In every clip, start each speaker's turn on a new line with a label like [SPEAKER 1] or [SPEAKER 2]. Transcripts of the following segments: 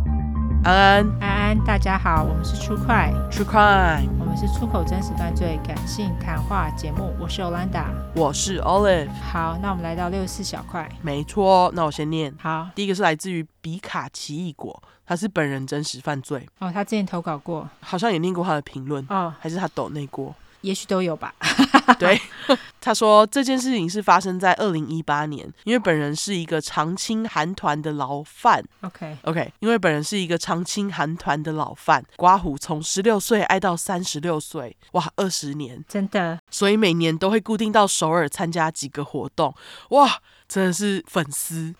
[SPEAKER 1] 安安
[SPEAKER 2] 安安，大家好，我们是出快，
[SPEAKER 1] True Crime，
[SPEAKER 2] 我们是出口真实犯罪感性谈话节目，我是 Olanda。
[SPEAKER 1] 我是 Olive，
[SPEAKER 2] 好，那我们来到六十四小块。
[SPEAKER 1] 没错。哦那我先念，
[SPEAKER 2] 好，
[SPEAKER 1] 第一个是来自于比卡奇异果，他是本人真实犯罪，
[SPEAKER 2] 哦，他之前投稿过，
[SPEAKER 1] 好像也念过他的评论，
[SPEAKER 2] 哦，
[SPEAKER 1] 还是他抖内过。
[SPEAKER 2] 也许都有吧。
[SPEAKER 1] 对，他说这件事情是发生在二零一八年，因为本人是一个长青韩团的牢犯。
[SPEAKER 2] OK，
[SPEAKER 1] OK，因为本人是一个长青韩团的老犯，刮胡从十六岁爱到三十六岁，哇，二十年，
[SPEAKER 2] 真的，
[SPEAKER 1] 所以每年都会固定到首尔参加几个活动，哇，真的是粉 丝，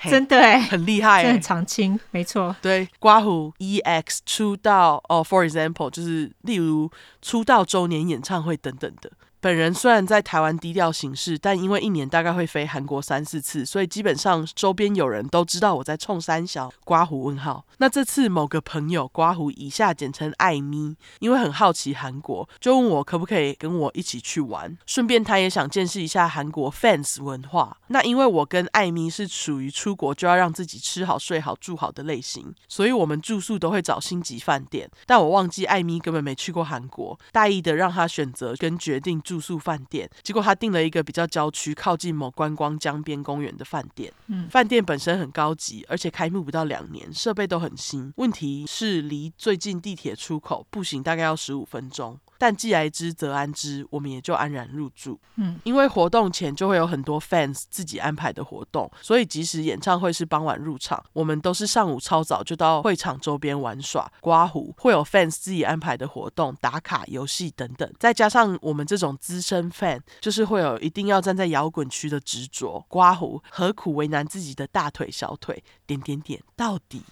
[SPEAKER 1] 嘿
[SPEAKER 2] 真的哎、
[SPEAKER 1] 很厉害、
[SPEAKER 2] 真的
[SPEAKER 1] 欸
[SPEAKER 2] 很。常青，没错。
[SPEAKER 1] 对，刮胡 EX 出道哦，for example，就是例如出道周年演唱会等等的。本人虽然在台湾低调行事，但因为一年大概会飞韩国三四次，所以基本上周边友人都知道我在冲三小刮胡问号。那这次某个朋友刮胡以下简称艾咪，因为很好奇韩国，就问我可不可以跟我一起去玩，顺便他也想见识一下韩国 fans 文化。那因为我跟艾咪是属于出国就要让自己吃好睡好住好的类型，所以我们住宿都会找星级饭店。但我忘记艾咪根本没去过韩国，大意的让他选择跟决定住宿饭店，结果他订了一个比较郊区、靠近某观光江边公园的饭店。
[SPEAKER 2] 嗯
[SPEAKER 1] 饭店本身很高级，而且开幕不到两年，设备都很新。问题是离最近地铁出口步行大概要十五分钟。但既来之则安之，我们也就安然入住。
[SPEAKER 2] 嗯，
[SPEAKER 1] 因为活动前就会有很多 fans 自己安排的活动，所以即使演唱会是傍晚入场，我们都是上午超早就到会场周边玩耍、刮胡，会有 fans 自己安排的活动、打卡、游戏等等。再加上我们这种资深 fan，就是会有一定要站在摇滚区的执着。刮胡何苦为难自己的大腿、小腿？点点点，到底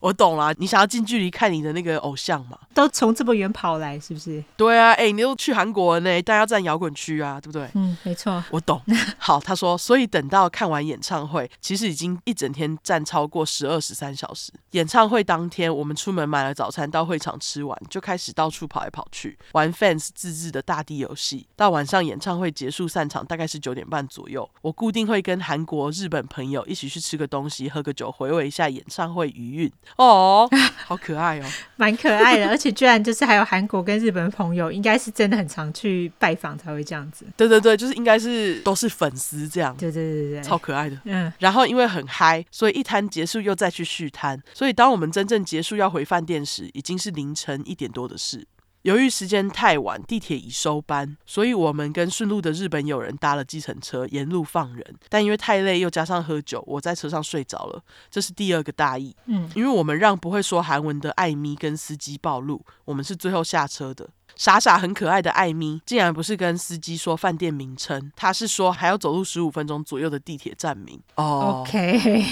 [SPEAKER 1] 我懂啦，你想要近距离看你的那个偶像嘛？
[SPEAKER 2] 都从这么远跑来，是不是？
[SPEAKER 1] 对啊，哎、你都去韩国了呢，大家要站摇滚区啊，对不对？
[SPEAKER 2] 嗯，没错。
[SPEAKER 1] 我懂。好，他说，所以等到看完演唱会，其实已经一整天站超过十二十三小时。演唱会当天，我们出门买了早餐，到会场吃完，就开始到处跑来跑去，玩 fans 自制的大地游戏。到晚上演唱会结束散场，大概是九点半左右，我固定会跟韩国、日本朋友一起去吃个东西，喝个酒，回味一下演唱会余韵。哦，好可爱哦。
[SPEAKER 2] 蛮可爱 的，而且居然就是还有韩国跟日本朋友，应该是真的很常去拜访才会这样子。
[SPEAKER 1] 对对对，就是应该是都是粉丝这样，
[SPEAKER 2] 对对对对
[SPEAKER 1] 超
[SPEAKER 2] 对，
[SPEAKER 1] 可爱的。
[SPEAKER 2] 嗯，
[SPEAKER 1] 然后因为很嗨，所以一摊结束又再去续摊，所以当我们真正结束要回饭店时，已经是凌晨一点多的事。由于时间太晚，地铁已收班，所以我们跟顺路的日本友人搭了计程车，沿路放人。但因为太累，又加上喝酒，我在车上睡着了。这是第二个大意。
[SPEAKER 2] 嗯，
[SPEAKER 1] 因为我们让不会说韩文的艾咪跟司机暴露，我们是最后下车的。傻傻很可爱的艾咪，竟然不是跟司机说饭店名称，他是说还要走路十五分钟左右的地铁站名。哦
[SPEAKER 2] OK，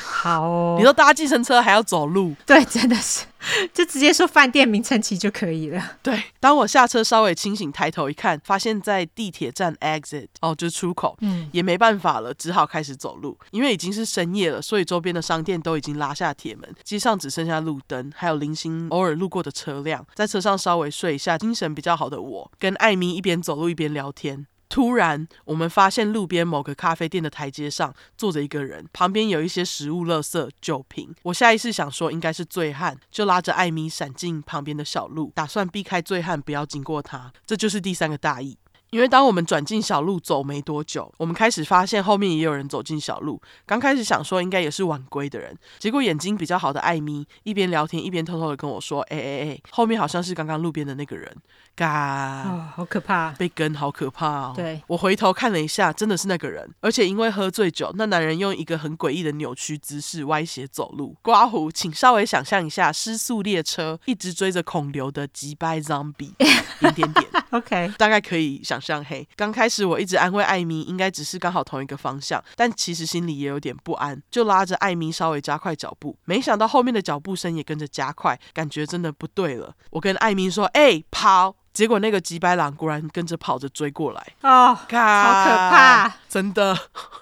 [SPEAKER 2] 好、哦
[SPEAKER 1] 你，都搭计程车还要走路？
[SPEAKER 2] 对，真的是，就直接说饭店名称其实就可以了。
[SPEAKER 1] 对，当我下车稍微清醒，抬头一看，发现在地铁站 exit 哦，就是出口，
[SPEAKER 2] 嗯，
[SPEAKER 1] 也没办法了，只好开始走路。因为已经是深夜了，所以周边的商店都已经拉下铁门，街上只剩下路灯，还有零星偶尔路过的车辆。在车上稍微睡一下，精神比较好的我，跟艾米一边走路一边聊天。突然，我们发现路边某个咖啡店的台阶上坐着一个人，旁边有一些食物、垃圾、酒瓶。我下意识想说应该是醉汉，就拉着艾米闪进旁边的小路，打算避开醉汉，不要经过他。这就是第三个大意。因为当我们转进小路走没多久，我们开始发现后面也有人走进小路。刚开始想说应该也是晚归的人，结果眼睛比较好的艾咪一边聊天一边偷偷的跟我说：“哎哎哎，后面好像是刚刚路边的那个人。”嘎，
[SPEAKER 2] 哦，好可怕。
[SPEAKER 1] 被跟好可怕哦！
[SPEAKER 2] 对，
[SPEAKER 1] 我回头看了一下，真的是那个人，而且因为喝醉酒，那男人用一个很诡异的扭曲姿势歪斜走路。刮胡，请稍微想象一下，失速列车一直追着孔刘的击败 zombie，点点点。
[SPEAKER 2] OK，
[SPEAKER 1] 大概可以想象，嘿，刚开始我一直安慰艾米，应该只是刚好同一个方向，但其实心里也有点不安，就拉着艾米稍微加快脚步。没想到后面的脚步声也跟着加快，感觉真的不对了。我跟艾米说：“哎、跑！”结果那个吉白狼果然跟着跑着追过来，
[SPEAKER 2] 哦，
[SPEAKER 1] 嘎
[SPEAKER 2] 超可怕，
[SPEAKER 1] 真的，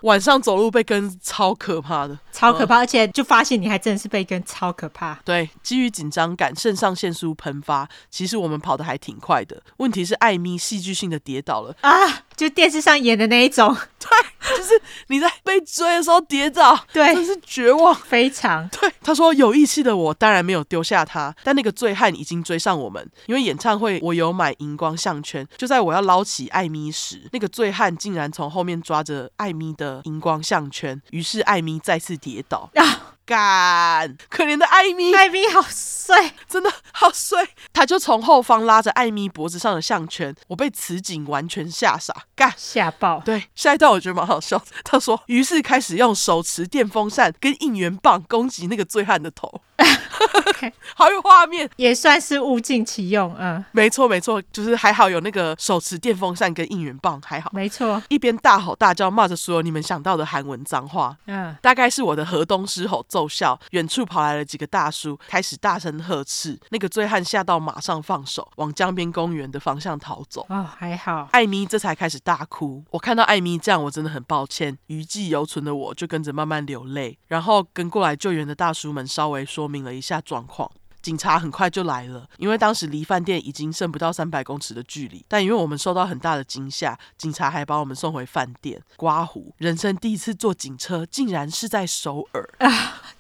[SPEAKER 1] 晚上走路被跟超可怕的。
[SPEAKER 2] 超可怕，而且就发现你还真的是被跟，超可怕。
[SPEAKER 1] 对，基于紧张感，肾上腺素喷发，其实我们跑得还挺快的。问题是艾米戏剧性的跌倒了，
[SPEAKER 2] 啊，就电视上演的那一种，
[SPEAKER 1] 就是是你在被追的时候跌倒，
[SPEAKER 2] 对
[SPEAKER 1] 真是绝 望。
[SPEAKER 2] 非常
[SPEAKER 1] 对，他说有义气的我当然没有丢下他，但那个醉汉已经追上我们。因为演唱会我有买荧光项圈，就在我要捞起艾米时，那个醉汉竟然从后面抓着艾米的荧光项圈，于是艾米再次跌倒。
[SPEAKER 2] 啊！
[SPEAKER 1] 干，可怜的艾米，
[SPEAKER 2] 艾米好帅，
[SPEAKER 1] 真的好衰。他就从后方拉着艾米脖子上的项圈，我被此景完全吓傻。干。
[SPEAKER 2] 吓爆！
[SPEAKER 1] 对，下一段我觉得蛮好笑的。他说， 于是开始用手持电风扇跟应援棒攻击那个醉汉的头， 好有画面。
[SPEAKER 2] 也算是物尽其用，嗯，
[SPEAKER 1] 没错，没错，就是还好有那个手持电风扇跟应援棒，还好。
[SPEAKER 2] 没错，
[SPEAKER 1] 一边大吼大叫，骂着所有你们想到的韩文脏话，
[SPEAKER 2] 嗯，
[SPEAKER 1] 大概是我的河东狮吼奏效，远处跑来了几个大叔，开始大声呵斥。那个醉汉吓到，马上放手，往江边公园的方向逃走。
[SPEAKER 2] 哦，还好，
[SPEAKER 1] 艾米这才开始大哭。我看到艾米这样，我真的很抱歉。余悸犹存的我就跟着慢慢流泪，然后跟过来救援的大叔们稍微说明了一下状况。警察很快就来了，因为当时离饭店已经剩不到三百公尺的距离。但因为我们受到很大的惊吓，警察还把我们送回饭店。刮胡，人生第一次坐警车，竟然是在首尔。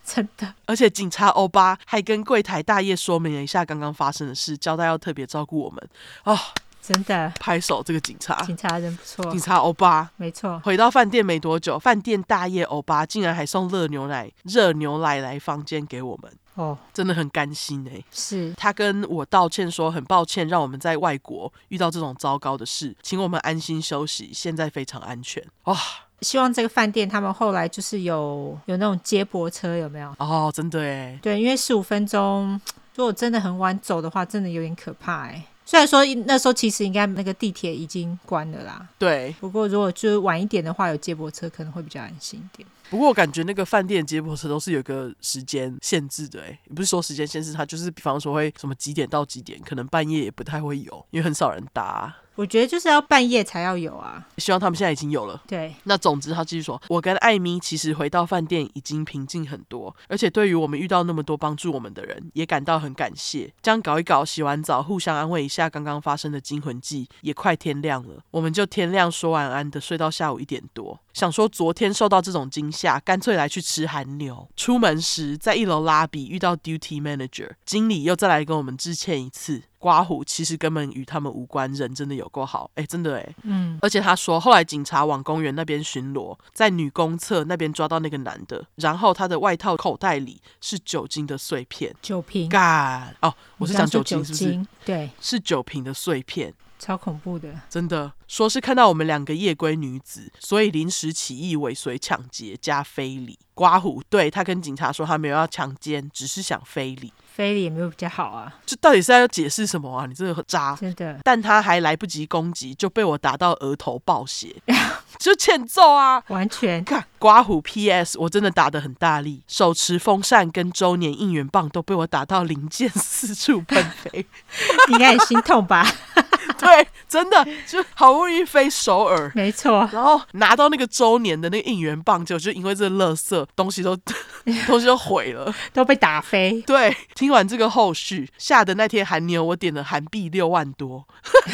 [SPEAKER 2] 真的，
[SPEAKER 1] 而且警察欧巴还跟柜台大爷说明了一下刚刚发生的事，交代要特别照顾我们。哦，
[SPEAKER 2] 真的，
[SPEAKER 1] 拍手，这个警察，
[SPEAKER 2] 警察人不错
[SPEAKER 1] 啊警，察欧巴。
[SPEAKER 2] 没错，
[SPEAKER 1] 回到饭店没多久，饭店大爷欧巴竟然还送热牛奶、热牛奶来房间给我们，
[SPEAKER 2] 哦，
[SPEAKER 1] 真的很甘心哎、
[SPEAKER 2] 是
[SPEAKER 1] 他跟我道歉说很抱歉，让我们在外国遇到这种糟糕的事，请我们安心休息，现在非常安全。哇、
[SPEAKER 2] 希望这个饭店他们后来就是有有那种接驳车，有没有？
[SPEAKER 1] 哦，真的哎，
[SPEAKER 2] 对，因为十五分钟，如果真的很晚走的话，真的有点可怕哎、虽然说那时候其实应该那个地铁已经关了啦，
[SPEAKER 1] 对。
[SPEAKER 2] 不过如果就是晚一点的话，有接驳车可能会比较安心一点。
[SPEAKER 1] 不过我感觉那个饭店接驳车都是有个时间限制的，哎，也不是说时间限制，它就是比方说会什么几点到几点，可能半夜也不太会有，因为很少人搭。
[SPEAKER 2] 我觉得就是要半夜才要有啊，
[SPEAKER 1] 希望他们现在已经有了。
[SPEAKER 2] 对，
[SPEAKER 1] 那总之，他继续说，我跟艾米其实回到饭店已经平静很多，而且对于我们遇到那么多帮助我们的人，也感到很感谢。这样搞一搞，洗完澡，互相安慰一下刚刚发生的惊魂记，也快天亮了，我们就天亮说晚安的，睡到下午一点多。想说昨天受到这种惊吓，干脆来去吃韩牛。出门时在一楼拉比遇到 duty manager，经理又再来跟我们致歉一次。刮胡其实根本与他们无关，人真的有够好，哎、真的哎、
[SPEAKER 2] 嗯，
[SPEAKER 1] 而且他说，后来警察往公园那边巡逻，在女公厕那边抓到那个男的，然后他的外套口袋里是酒精的碎片。
[SPEAKER 2] 酒瓶，
[SPEAKER 1] 干哦，我
[SPEAKER 2] 你
[SPEAKER 1] 是
[SPEAKER 2] 刚
[SPEAKER 1] 讲酒
[SPEAKER 2] 说酒
[SPEAKER 1] 精是不是？
[SPEAKER 2] 对，
[SPEAKER 1] 是酒瓶的碎片，
[SPEAKER 2] 超恐怖的，
[SPEAKER 1] 真的说是看到我们两个夜归女子，所以临时起意尾随抢劫加非礼。刮胡对他跟警察说他没有要强奸，只是想非礼。
[SPEAKER 2] 飞了也没有比较好啊，
[SPEAKER 1] 这到底是要解释什么啊？你这个 渣！
[SPEAKER 2] 真的，
[SPEAKER 1] 但他还来不及攻击，就被我打到额头爆 血，就欠揍啊！
[SPEAKER 2] 完全
[SPEAKER 1] 看刮胡 PS，我真的打得很大力，手持风扇跟周年应援棒都被我打到零件四处喷飞。
[SPEAKER 2] 应该也心痛吧？
[SPEAKER 1] 对，真的就好不容易飞首尔，
[SPEAKER 2] 没错，
[SPEAKER 1] 然后拿到那个周年的那个应援棒，就就因为这垃圾东西都 东西都毁了。
[SPEAKER 2] 都被打飞，
[SPEAKER 1] 对，听完这个后续，下的那天韩牛我点了韩币六万多，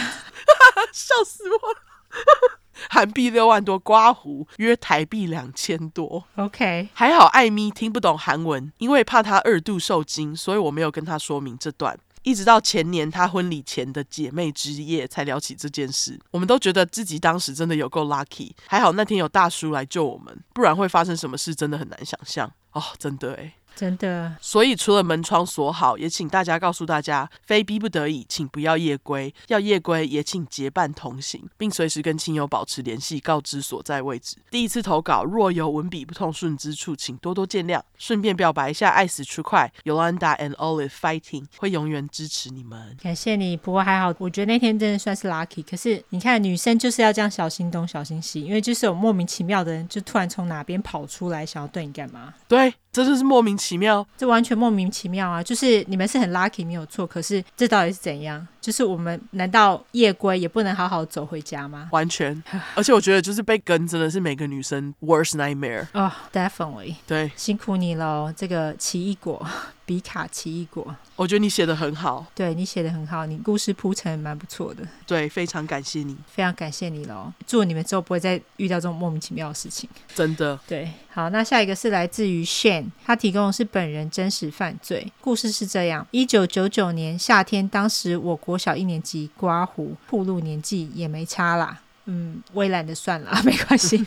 [SPEAKER 1] 笑死我了。韩币六万多，刮胡约台币两千多。
[SPEAKER 2] ，OK，
[SPEAKER 1] 还好艾米听不懂韩文，因为怕她二度受惊，所以我没有跟她说明这段。一直到前年她婚礼前的姐妹之夜才聊起这件事，我们都觉得自己当时真的有够 lucky，还好那天有大叔来救我们，不然会发生什么事真的很难想象哦，真的诶。
[SPEAKER 2] 真的
[SPEAKER 1] 所以除了门窗锁好，也请大家告诉大家，非逼不得已，请不要夜归；要夜归，也请结伴同行，并随时跟亲友保持联系，告知所在位置。第一次投稿，若有文笔不通顺之处，请多多见谅。顺便表白一下，爱死出快尤兰达 and Olive Fighting 会永远支持你们。
[SPEAKER 2] 感谢你，不过还好，我觉得那天真的算是 lucky。可是你看，女生就是要这样小心东小心西，因为就是有莫名其妙的人就突然从哪边跑出来，想要对你干嘛，
[SPEAKER 1] 对，这就是莫名其妙。
[SPEAKER 2] 这完全莫名其妙啊！就是你们是很 lucky 没有错，可是这到底是怎样？就是我们难道夜归也不能好好走回家吗？
[SPEAKER 1] 完全，而且我觉得就是被跟真的是每个女生 worst nightmare。
[SPEAKER 2] 哦、d e f i n i t e l y
[SPEAKER 1] 对，
[SPEAKER 2] 辛苦你喽，这个奇异果 比卡奇异果。
[SPEAKER 1] 我觉得你写的很好，
[SPEAKER 2] 对你写的很好，你故事铺陈蛮不错的，
[SPEAKER 1] 对，非常感谢你，
[SPEAKER 2] 非常感谢你喽！祝你们之后不会再遇到这种莫名其妙的事情。
[SPEAKER 1] 真的。
[SPEAKER 2] 对，好，那下一个是来自于 Shane，他提供的是本人真实犯罪。故事是这样：一九九九年夏天，当时我国小一年级，刮胡，暴露年纪也没差啦。嗯，我也懒得算了， 没关系。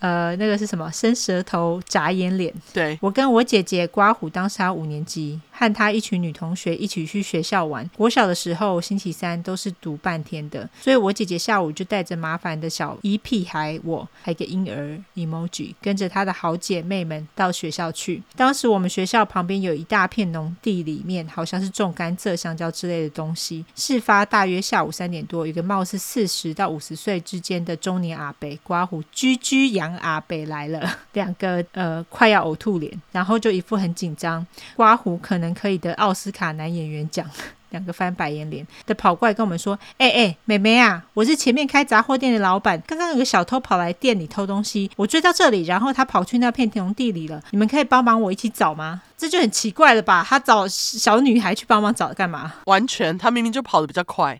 [SPEAKER 2] 呃，那个是什么？伸舌头，眨眼脸。
[SPEAKER 1] 对，
[SPEAKER 2] 我跟我姐姐刮胡，当时她五年级，和她一群女同学一起去学校玩。国小的时候，星期三都是读半天的，所以我姐姐下午就带着麻烦的小一屁孩我，还有一个婴儿 emoji，跟着她的好姐妹们到学校去。当时我们学校旁边有一大片农地，里面好像是种甘蔗、香蕉之类的东西。事发大约下午三点多，有一个貌似四十到五十岁之间的中年阿伯，刮胡居居羊阿伯来了。两个呃快要呕吐脸，然后就一副很紧张，刮胡可能可以得奥斯卡男演员奖。两个翻白眼脸的跑过来跟我们说：“哎、哎、妹妹啊，我是前面开杂货店的老板，刚刚有个小偷跑来店里偷东西，我追到这里，然后他跑去那片田地里了，你们可以帮忙我一起找吗？”这就很奇怪了吧？他找小女孩去帮忙找干嘛？
[SPEAKER 1] 完全，他明明就跑得比较快，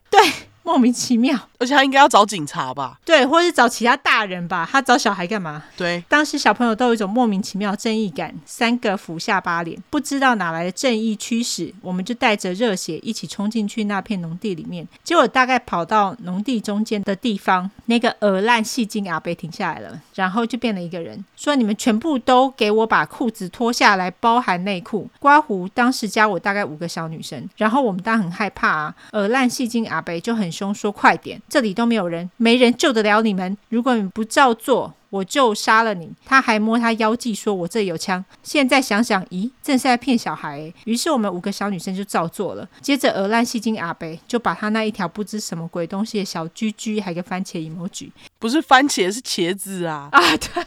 [SPEAKER 2] 莫名其妙。
[SPEAKER 1] 而且他应该要找警察吧？
[SPEAKER 2] 对，或是找其他大人吧，他找小孩干嘛？
[SPEAKER 1] 对，
[SPEAKER 2] 当时小朋友都有一种莫名其妙的正义感，三个俯下巴脸，不知道哪来的正义驱使，我们就带着热血一起冲进去那片农地里面。结果大概跑到农地中间的地方，那个鹅烂戏精阿贝啊停下来了，然后就变了一个人，说：“你们全部都给我把裤子脱下来，包含内裤。”刮胡当时加我大概五个小女生，然后我们当然很害怕啊。鹅烂戏精阿贝就很凶说：“快点，这里都没有人，没人救得了你们，如果你们不照做。”我就杀了你。他还摸他腰际，说我这里有枪。现在想想，咦，正是在骗小孩欸。于是我们五个小女生就照做了。接着，呃鹅烂戏精阿北就把他那一条不知什么鬼东西的小居居，还有个番茄 emoji
[SPEAKER 1] 不是番茄是茄子啊，
[SPEAKER 2] 啊，对，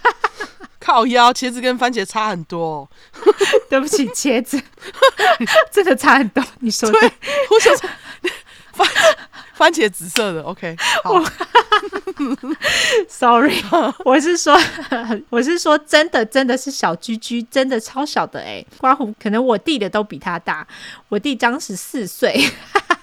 [SPEAKER 1] 靠腰，茄子跟番茄差很多、哦。
[SPEAKER 2] 对不起，茄子， 真的差很多。你说的
[SPEAKER 1] 对，我想说 番番茄紫色的，OK，好，
[SPEAKER 2] ，sorry，我是说， 我是说，真的，真的是小居居，真的超小的哎、刮胡可能我弟的都比他大，我弟当时四岁。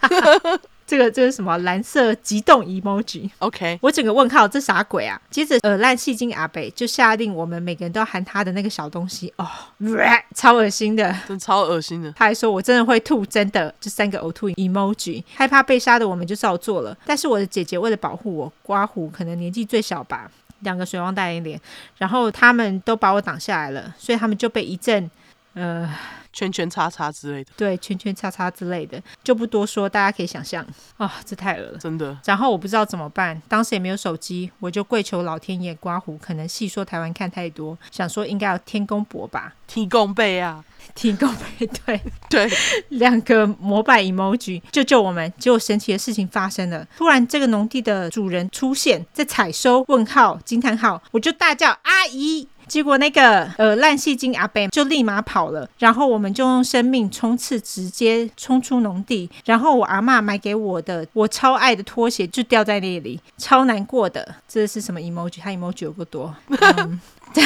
[SPEAKER 2] 这个这是什么蓝色激动 emoji？
[SPEAKER 1] OK，
[SPEAKER 2] 我整个问号，这啥鬼啊？接着耳烂戏精阿北就下令我们每个人都要喊他的那个小东西哦， 超恶心的。
[SPEAKER 1] 真超恶心的。
[SPEAKER 2] 他还说：“我真的会吐，真的。”这三个呕吐 emoji，害怕被杀的我们就照做了。但是我的姐姐为了保护我，刮胡可能年纪最小吧，两个水汪大眼脸，然后他们都把我挡下来了，所以他们就被一阵呃
[SPEAKER 1] 圈圈叉叉之类的，
[SPEAKER 2] 对圈圈叉叉之类的，就不多说，大家可以想 象啊、这太恶了。
[SPEAKER 1] 真的
[SPEAKER 2] 然后我不知道怎么办，当时也没有手机，我就跪求老天爷刮胡，可能戏说台湾看太多，想说应该要天公伯吧，
[SPEAKER 1] 提供背啊，
[SPEAKER 2] 天公配对，
[SPEAKER 1] 对，
[SPEAKER 2] 两个膜拜 emoji 救救我们！结果神奇的事情发生了，突然这个农地的主人出现，在采收？问号惊叹号！我就大叫阿姨。结果那个呃烂戏精阿贝就立马跑了，然后我们就用生命冲刺，直接冲出农地。然后我阿嬷买给我的我超爱的拖鞋就掉在那里，超难过的。这是什么 emoji？它 emoji 有不多，嗯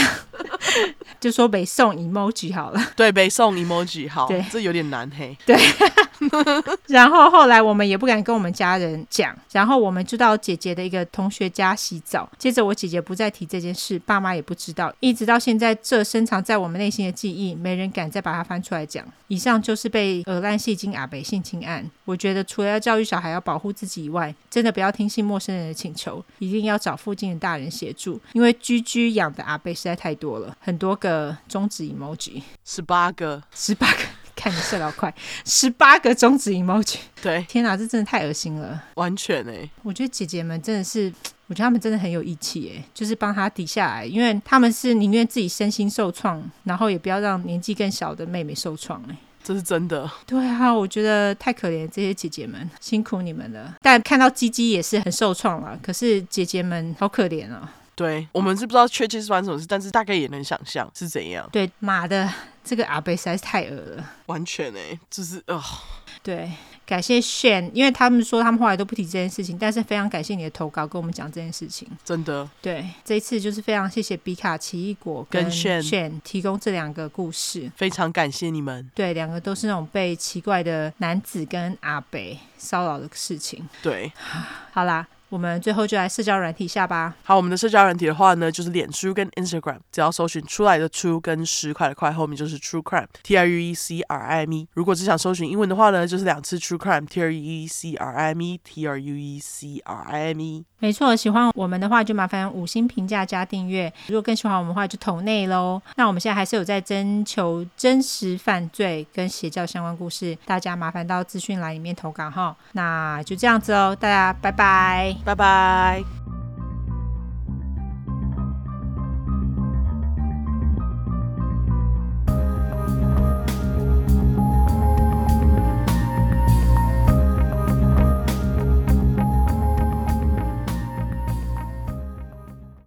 [SPEAKER 2] 就说北宋 emoji 好了。
[SPEAKER 1] 对，北宋 emoji，好
[SPEAKER 2] 对，
[SPEAKER 1] 这有点难嘿，
[SPEAKER 2] 然后后来我们也不敢跟我们家人讲，然后我们就到姐姐的一个同学家洗澡。接着我姐姐不再提这件事，爸妈也不知道，一直到现在，这深藏在我们内心的记忆，没人敢再把它翻出来讲。以上就是被鹅烂戏精阿北性侵案。我觉得除了要教育小孩要保护自己以外，真的不要听信陌生人的请求，一定要找附近的大人协助，因为居居养的阿北实在太多了，很多个中指 emoji，
[SPEAKER 1] 十八个，
[SPEAKER 2] 十八个， 看你睡得好快，十八个中指 emoji。
[SPEAKER 1] 对，
[SPEAKER 2] 天哪，这真的太恶心了！
[SPEAKER 1] 完全哎，
[SPEAKER 2] 我觉得姐姐们真的是，我觉得她们真的很有义气耶，就是帮她抵下来，因为她们是宁愿自己身心受创，然后也不要让年纪更小的妹妹受创哎。
[SPEAKER 1] 这是真的，
[SPEAKER 2] 对啊，我觉得太可怜这些姐姐们，辛苦你们了。但看到鸡鸡也是很受创了，可是姐姐们好可怜哦。
[SPEAKER 1] 对我们是不知道确切是发生什么事，但是大概也能想象是怎样，
[SPEAKER 2] 对，妈的，这个阿贝实在是太恶了。
[SPEAKER 1] 欸完全哎，就是啊、呃
[SPEAKER 2] 对，感谢 Shane，因为他们说他们后来都不提这件事情，但是非常感谢你的投稿跟我们讲这件事情。
[SPEAKER 1] 真的，
[SPEAKER 2] 对，这一次就是非常谢谢比卡奇异果
[SPEAKER 1] 跟 Shane
[SPEAKER 2] Shane 提供这两个故事。
[SPEAKER 1] 非常感谢你们。
[SPEAKER 2] 对，两个都是那种被奇怪的男子跟阿北骚扰的事情。
[SPEAKER 1] 对，
[SPEAKER 2] 好啦，我们最后就来社交软体下吧。
[SPEAKER 1] 好，我们的社交软体的话呢，就是脸书跟 Instagram，只要搜寻出来的出跟十块的块后面就是 True Crime，T R U E C R I M E。如果只想搜寻英文的话呢，就是两次 True Crime，T R U E C R I M E，T R U E C R I M E。
[SPEAKER 2] 没错，喜欢我们的话就麻烦五星评价加订阅。如果更喜欢我们的话，就投内喽。那我们现在还是有在征求真实犯罪跟邪教相关故事，大家麻烦到资讯栏里面投稿哈。那就这样子哦，大家拜拜。
[SPEAKER 1] 拜拜。